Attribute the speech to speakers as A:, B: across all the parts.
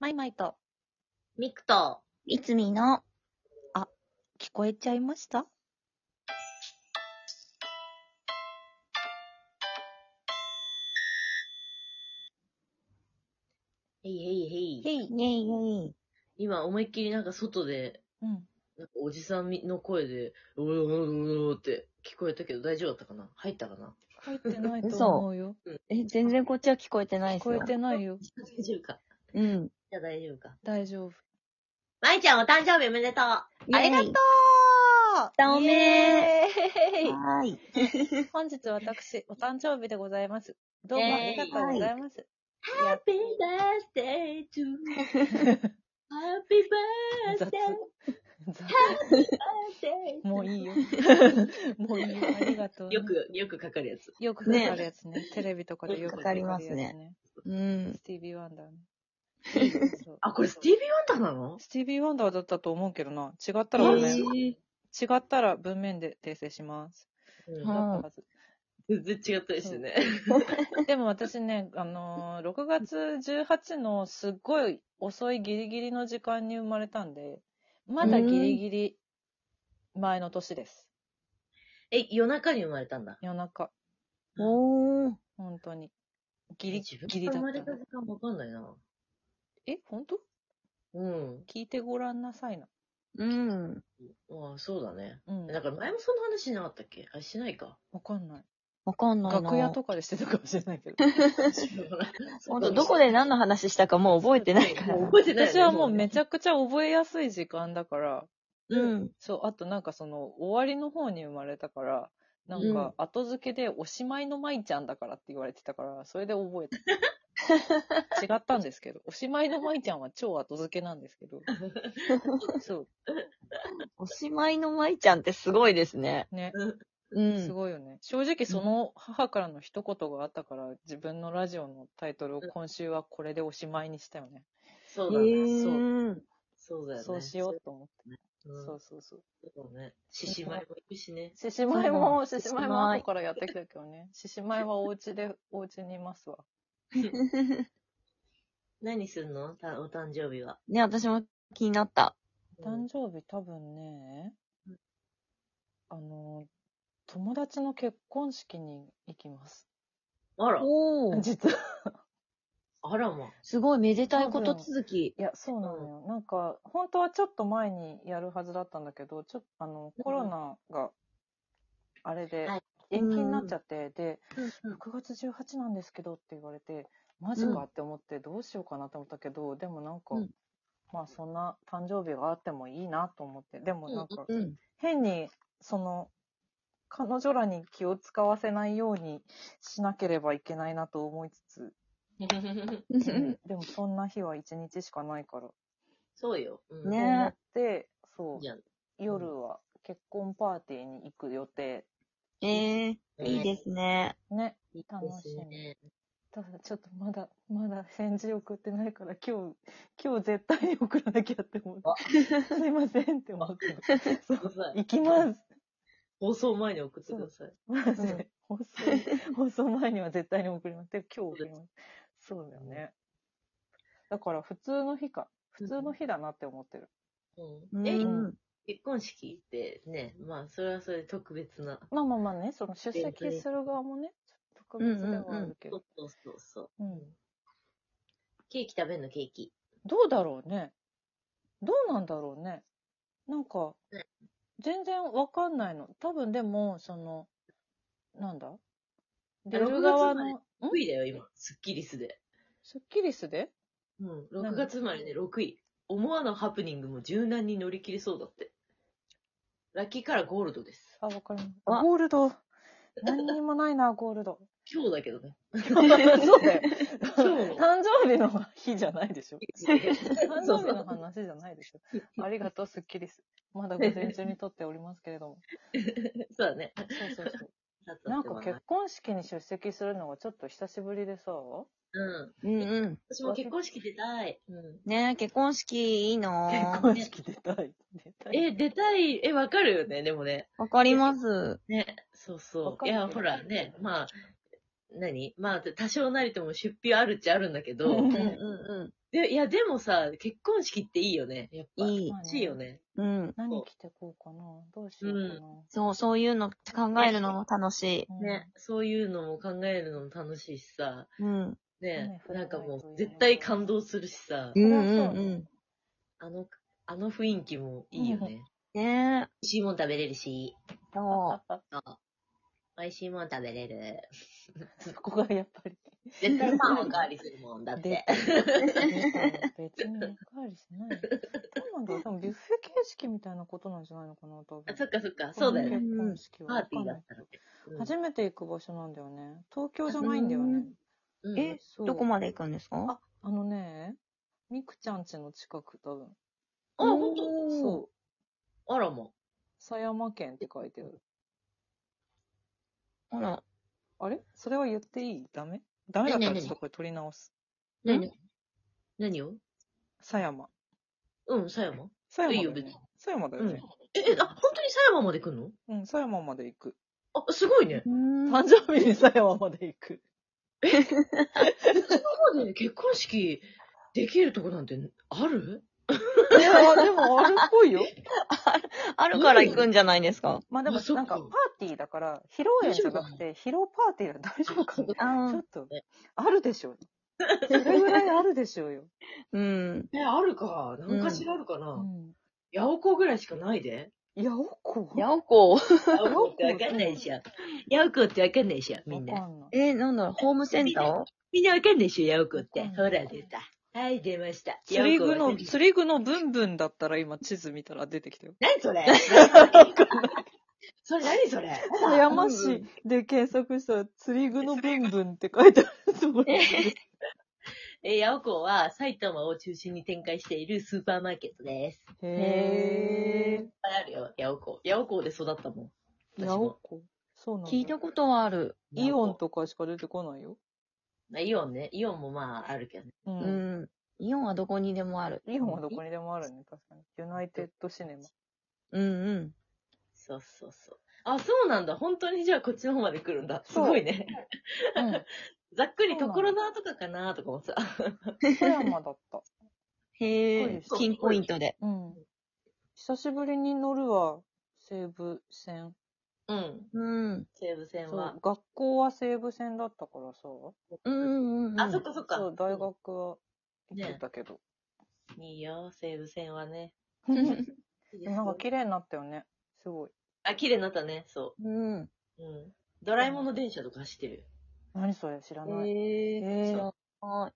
A: マイマイと、
B: ミクと、
C: いつみの、
A: 聞こえちゃいました
B: へいへいへい。
A: へい。
C: イェイイェイ。
B: 今思いっきりなんか外で、
A: うん。
B: なんかおじさんの声で、うおうおうおうって聞こえたけど大丈夫だったかな入ったかな
A: 入ってないと思うよ。
C: え、全然こっちは聞こえてない
A: 聞
C: です
A: こ
C: よ
A: え。てないよ。
B: 大丈夫か。
C: うん。
B: じゃあ大丈夫か。
A: 大丈夫。
B: まいちゃんお誕生日おめでとう
A: ありがとう
C: イだおめー
A: イ
C: ェイ
A: エーイ
C: はーい。
A: 本日私、お誕生日でございます。どうもありがとうございます。いや
B: !Happy birthday to you.Happy birthday
A: 雑。雑。
B: to
A: もう いいよ。もういいよ。ありがとう、
B: you. よ。く、よくかかるやつ。
A: よくかかるやつね。テレビとかでよく
C: よくかかりますね。うん。
A: スティービー・ワンダーね。 そう
B: あ、これスティービー・ワンダーなの
A: スティービー・ワンダーだったと思うけどな。違ったらご
C: マ
A: めん。
C: ジ
A: 違
B: え
A: ったら文面で訂正します。
B: ー
A: だ
C: は
A: っ
C: い
A: たはず。
B: うん全然違ったりしてね。
A: でも私ね、あのー6月18のすっごい遅いギリギリの時間に生まれたんで、まだギリギリ前の年です。
B: え、夜中に生まれたんだ。
A: 夜中、
C: おー。
A: 本当に。ギリ
B: 自分
A: ギリ
B: が
A: だ
B: 生
A: っ
B: まれ
A: た
B: た
A: の。
B: 時間わかんないな。
A: え、本当
B: うん。
A: 聞いてごらんなさいな。
C: うん。
B: ああ、そうだね。
A: うん。
B: なんか前もそんな話しなかったっけあ、しない か。
A: わかんない。
C: わかんないな。
A: 楽屋とかでしてたかもしれないけ ど。
C: ほんと、どこで何の話したかもう覚えてないから。
B: もう 覚えてないよね、
A: 私はもうめ
B: ね
A: ちゃくちゃ覚えやすい時間だから、
C: うん。
A: そう、あとなんかその、終わりの方に生まれたから、なんか、後付けでおしまいの舞ちゃんだからって言われてたから、それで覚えた。違ったんですけど、おしまいの舞ちゃんは超後付けなんですけど。そ
C: おしまいのまいちゃんってすごいですね。
A: う、ね、
C: う
A: す。ごいよね。正直その母からの一言があったから、自分のラジオのタイトルを今週はこれでおしまいにしたよね。
B: そうだ
C: へ
B: ね。
C: ー。
B: そうだよね。
A: そうしようと思って。
B: うん。
A: そ
B: そう
A: うそうそう。
B: だね。獅子舞も行くしね。
A: 獅子舞も、
C: そ
A: 獅
C: う
A: 子舞も後からやってきたけどね。獅子舞はお家で、お家にいますわ。
B: 何すんのたお誕生日は。
C: ね、私も気になった。
A: 誕生日多分ね、あの、友達の結婚式に行きます。
B: あら、
C: お。
A: 実は。
B: あらま。
C: すごい、めでたいこと続き。
A: いや、そうなのよ。なんか、本当はちょっと前にやるはずだったんだけど、ちょっと、あの、コロナが、あれで
B: はい、
A: 延期になっちゃって、で、
B: うん
A: 6月18なんですけどって言われて、マジかって思って、どうしようかなって思ったけど、でもなんか、
C: うん
A: まあそんな誕生日があってもいいなと思って、でもなんか、
C: ん。
A: 変に、その、彼女らに気を使わせないようにしなければいけないなと思いつつ、
C: うん。
A: でもそんな日は一日しかないから、
B: そうよ。うん
C: ね
A: と思って、そ
B: いいじゃん。
A: う、夜は結婚パーティーに行く予定。
C: ええー、いいですね。
A: ね。
B: いい
A: 楽
B: で
A: し
B: す
A: み
B: ね。
A: ただちょっとまだ、まだ返事送ってないから、今日、今日絶対に送らなきゃって思って、すいませんって思って、 そう
B: ください
A: 行きます。
B: 放送前に送ってください。
A: マジで放送、放送前には絶対に送ります。で、今日送ります。そうだよね。だから、普通の日か。普通の日だなって思ってる。
B: うん、え、
C: うん
B: 結婚式ってね、まあ、それはそれで特別な。
A: まあまあまあね、その出席する側もね、特別ではあるけ
B: そう
A: ど。
B: そうそうそう。
A: うん
B: ケーキ食べんの、ケーキ。
A: どうだろうね。どうなんだろうね。なんか
B: ね、
A: 全然わかんないの。多分でも、その、なんだ出る
B: 6
A: 側
B: 月
A: の、ん
B: 6位だよ、今。スッキリスで。
A: スッキリスで
B: うん。
A: なん
B: 6
A: で
B: 月生まれで6位。思わぬハプニングも柔軟に乗り切れそうだって。ラッキーカラーゴールドです。
A: あ、わかります。
C: あ
A: ゴールド。何にもないな、ゴールド。
B: 今日だけどね。
A: そうだよ。
B: そう
A: 誕生日の日じゃないでしょ。誕
B: そう
A: 生日の話じゃないでしょ。ありがとう、スッキリス。まだ午前中に撮っておりますけれども。
B: そうだね。
A: そうそうそう。なんか結婚式に出席するのがちょっと久しぶりでさ。
B: うん。
C: うんうん。
B: 私も結婚式出たい。うん。
C: ねえ、結婚式いい
A: 結
C: なぁ
A: 婚式出たい。出たい。
B: え、出たい。え、わかるよね、でもね。
C: わかります。
B: ね、そう
A: わ
B: そ
A: か
B: う。い
A: る
B: や、ほらね、まあ、何まあ、多少なりとも出費あるっちゃあるんだけど、
A: うん
C: うんう
B: でいや、でもさ、結婚式っていいよね。やっぱ。
C: ん。いい。
A: まあ
B: 欲しいよね。
C: うん。
A: 何着てこうかな。どうしよう
C: そう、そういうの考えるのも楽し
A: かな。
B: ね、そういうのも考えるのも楽しいしさ、
C: い。うん。
B: ね、
A: うん
B: なんかもう絶対感動するしさ
C: う、んうん
A: そう
C: う
A: だ
C: ん。
B: あの、あの雰囲気もいいよね。
C: ね
B: 美味しいもん食べれるし、
C: え。そ
A: うん。
B: 美味しいもん食べれる。
A: そこがやっぱり。
B: 絶対パンおかわりするもんだって。
A: 別におかわりし ない。どうなんだろうでもビュッフェ形式みたいなことなんじゃないのかな、多分
B: あ。そっかそっか、そうだよね。
A: 結婚式は
B: パーティーだったらね。うん
A: 初めて行く場所なんだよね。東京じゃ
C: う。
A: ないんだよね。
B: うん
C: え、
A: そう
C: どこまで行くんですか
A: あ、あのね、みくちゃん家の近く、多分。
B: あ、ほんと
A: そう。
B: あらま。
A: 狭山県って書いてある。
C: あら。
A: あれそれは言っていいダメダメだったらちょっとこれ取り直す。
B: 何何を
A: 狭山。
B: うん、狭山。
A: 狭
B: いい
A: 山
B: よ
A: だよ
B: 別に
A: ね。狭山だよね。
B: え、え、あ、本当に狭山まで来んの
A: うん、狭山まで行く。
B: あ、すごいね。
A: 誕生日に狭山まで行 く。
B: ここまで結婚式できるとこなんてある
A: いや、でもあるっぽいよ。
C: あるから行くんじゃないですか
A: まあでも
B: あそっ
A: な
B: か
A: んかパーティーだから、披露宴じゃなくて、披露パーティーだ大丈夫かな
C: あ
A: ちょっと、あるで しょう。それぐらいあるでしょうよ。
C: うん。
B: え、あるか。何かしらあるかな。
A: うん。
B: 八百子ぐらいしかないで。
A: ヤオコ
C: やおこ。
B: 八百子ってわかんないでしょ。八百子ってわかんないでしょ、みん
A: わか
B: な。
A: んない。
C: え、なんだろう、ホームセンター
B: みんなわかんないでしょ、八百子っ
A: わ
B: て
A: か。ん
B: ほ
A: ない
B: ら、出た。はい、出ました。
A: 釣り具
B: 八
A: の、
B: 百子
A: 釣り具のブンブンだったら今地図見たら出てきたよ。
B: 何それ それ何 それ
A: 富山市で検索したら釣り具のブンブンって書いてあるところ。
B: えー、ヤオコは埼玉を中心に展開しているスーパーマーケットです。
A: へ
B: いっぱいあるよ、ヤオコ。ヤオコで育ったもん。
A: ぇ
B: 私
A: ヤオ
B: も。
A: コそうなんだ。
C: 聞いたことはある。
A: イオンとかしか出てこないよ。
B: まあイオンね。イオンもまああるけどね。
A: う。
C: うんん。イオンはどこにでもある。
A: イオンはどこにでもあるね、確かに。ユナイテッドシネマ。
C: うんうん。
B: そうそうそう。あ、そうなんだ。本当にじゃあこっちの方まで来るんだ。すごいね。ざっくり
A: そうなんだ
B: 所沢とかかなとか思ってた。
A: うん。富山だった。
C: へ
A: そう
C: え
A: です、
C: ピンポイントで。
A: うん。久しぶりに乗るわ、西武線。
B: うん。
C: うん。
B: 西武線
A: そ
B: は
A: う。、学校は西武線だったからさ。
C: うんうんうん。
B: あ、そっかそっか。
A: そう、大学は行ってたけど。
B: いいよ、西武線はね。
A: でもなんか綺麗になったよね。すごい。
B: あ、綺麗になったね。そ
C: うん。
B: う。うん。ドラえもんの電車とか走ってる。
A: 何それ知らない。
C: へ
A: えー
C: え、知らない。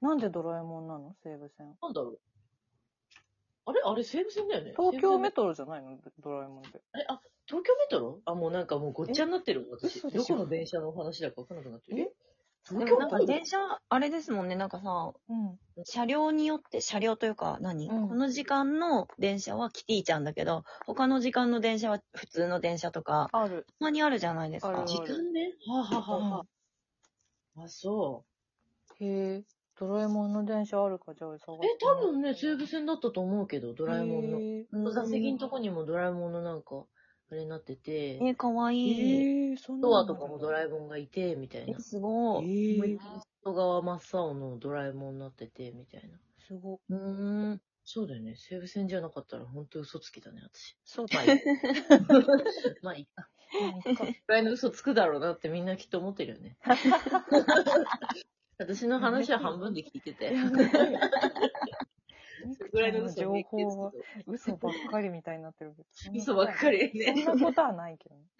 A: なんでドラえもんなの西武線。
B: なんだろう。あれあれ西武線だよね。
A: 東
B: 西武
A: 京
B: 線
A: メトロじゃないのドラえもんって。
B: あれあ、東京メトロあ、もうなんかもうごっちゃになってるわ私。
A: 嘘で
B: ど
A: しょ
B: この電車のお話だかわかんなくなって
A: え
B: る。
C: で
B: 東
C: も
B: 京
C: な
B: メ
C: ん
B: ト
C: か
B: ロ
C: 電車、あれですもんね、なんかさ、
A: うん。
C: 車両によって、車両というか何、
A: うん
C: この時間の電車はキティちゃんだけど、他の時間の電車は普通の電車とか、
A: ある。
C: たまにあるじゃないです
A: ある
C: か
A: あ。
B: 時間ね。はあ、はあはあはあ、あ、そ
A: へえ。ドラえもんの電車あるかじゃあ探
B: う。え、多分ね、西武線だったと思うけど、ド
A: ド
B: ラえもんの。
A: へ
C: うん
B: 座席のとこにもドラえもんのなんか、あれになってて、
C: え、かわい
A: え。
C: い。
A: へえ。そんな
B: ドア
A: の
B: とかもドラえもんがいて、みたい
C: え
B: な、。
C: すごい。
A: へえ。
B: 外側真っ青のドラえもんになってて、みたいな。
A: すごい。
C: うーん。
B: そうだよね。西武線じゃなかったら本当嘘つきだね、私。
A: そう
B: ま
A: だ
B: あ
A: よ。
B: いい。 まあいい。
A: なんか
B: ぐらいの嘘つくだろうなってみんなきっと思ってるよ ね。私の話は半分で聞いて て。
A: みく
B: ぐら
A: ち
B: い
A: ゃ
B: の
A: んの
B: 嘘
A: 情
B: を見つけ
A: 報は嘘ばっかりみたいになってるけど。そんな
B: 嘘ばっかり
A: そん
B: ね。
A: なことはない けどね。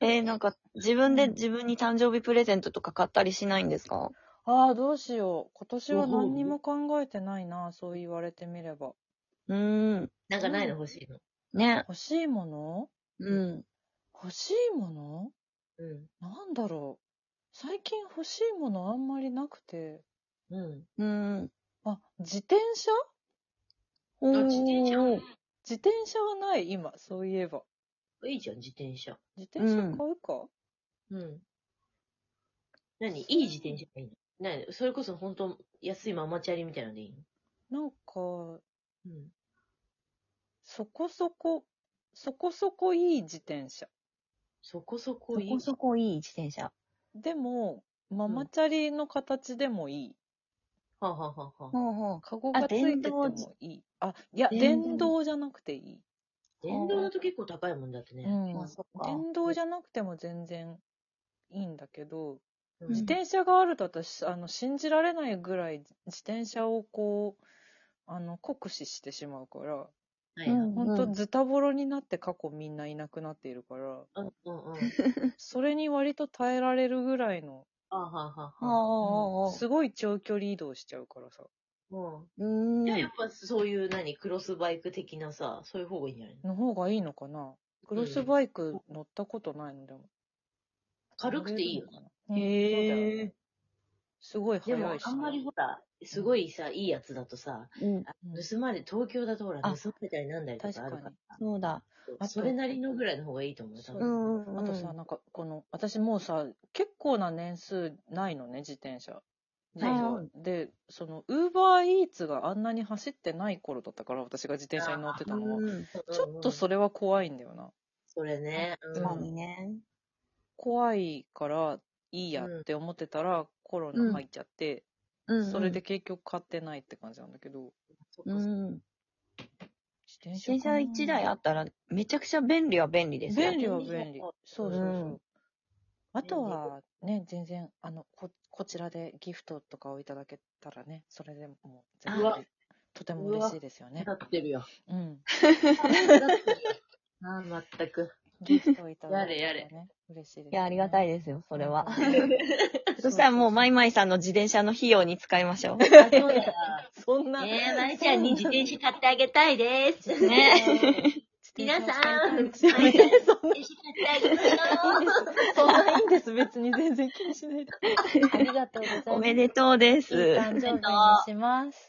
C: えーなんか、自分で自分に誕生日プレゼントとか買ったりしないんですか
A: ああ、どうしよう。今年は
B: ご褒美
A: 何にも考えてないな、そう言われてみれば。
C: うーん。
B: なんかないの欲しいの。
C: ね。
A: 欲しいもの
C: うん。
A: 欲しいもの
B: う
A: なんだろう。最近欲しいものあんまりなくて。
B: ん。うん。
C: うん。
A: あ、自転車
C: お
B: あ自転車
C: ー
A: 自転車はない、今、そういえば。
B: いいじゃん、自転車。
A: 自転車買うか、
B: うん。何いい自転車がいいの何それこそ本当安いママチャリみたいなのでいいの
A: なんか、
B: うん。
A: そこそこ、そこそこいい自転車。
B: そこそこ
C: そ
B: いい
C: こ。そこいい自転車。
A: でも、ママチャリの形でもいい。
B: はあ、はあはあはあ、
C: ほうほう。
A: カゴがついててもいい。あ、いや、電
C: 電
A: 動じゃなくていい。
B: 電動だと結構高いもんだって
A: う
B: ね。
A: ん
C: まあ、そっか
A: 電動じゃなくても全然いいんだけど、
B: うん
A: 自転車があると私、あの、信じられないぐらい自転車をこう、あの、酷使してしまうから、
B: はいはい
A: 本当
C: うん
A: ズタボロになって過去みんないなくなっているから、
B: うんうんうん。
A: それに割と耐えられるぐらいの、
B: あはは
C: ああ、あ
B: はは。
A: う
C: あ
A: んすごい長距離移動しちゃうからさ、
B: う
C: う
B: ん
C: ん。
B: じゃあやっぱそういう何クロスバイク的なさ、そういう方がいいんじゃないの
A: の方がいいのかな。クロスバイク乗ったことないのでも。
B: 軽くていいよ
A: 乗
B: ね。
A: れるのかな。
C: へ
A: うんそうだよね
C: え。
A: すごい
B: で
A: 速
B: も
A: いしね。
B: あんまりほら、すごいさ、いいやつだとさ、
C: うん。
A: うん
B: 盗まれ、東京だとほら、盗
C: あ
B: まれたりなんだりと
A: 確
B: かある
A: かに
B: から。
C: そうだ。
A: あと
B: それなりのぐらいの方がいいと思う。多
A: そう
B: 分
C: んうんうん。
A: あとさ、なんか、この、私もうさ、結構な年数ないのね、自転車。、
B: いはい
A: で、その、ウーバーイーツがあんなに走ってない頃だったから、私が自転車に乗ってたのは。
C: うん。
A: ちょっとそれは怖いんだよな。
B: それね。うん
C: まあね。
A: 怖いから、いいやって思ってたら、コロナ入っちゃって、
C: うんうん
A: それで。結局買ってないって感じなんだけど、
B: そっか
C: う
B: そっか
C: ん。
A: 自転
C: 自転車一台あ
A: あ
C: ったら、めちゃくちゃ便利は便利ですよ。
A: 便利は便利。そうそうそう。
C: うん
A: あとは、ね、全然、あの、こ、こちらでギフトとかをいただけたらね、それでもう全
B: う
A: 然
B: わ
A: で、とても嬉しいですよね。
B: 立ってる よ。
A: うん。
B: 立ってるよああ、全く。
A: ギフトをいただけた
B: や
A: ら
B: れや
A: ね、嬉しいです、ね。
C: いや、ありがたいですよ、それは。
A: うん。
C: そしたらもう、マイ
A: 毎
C: マイさんの自転車の費用に使いましょ
B: あそうだ。
A: そんな、
B: ねえ、まいちゃんに自転車買ってあげたいです。
C: う。ね。
B: 皆さん、まいち
A: そ
B: ゃんに 自転車買ってあげ ましょう。
A: んないいんです。別に 全然気にしないで。ありがとうございます。
C: おめでとうです。
A: いい誕生日にします。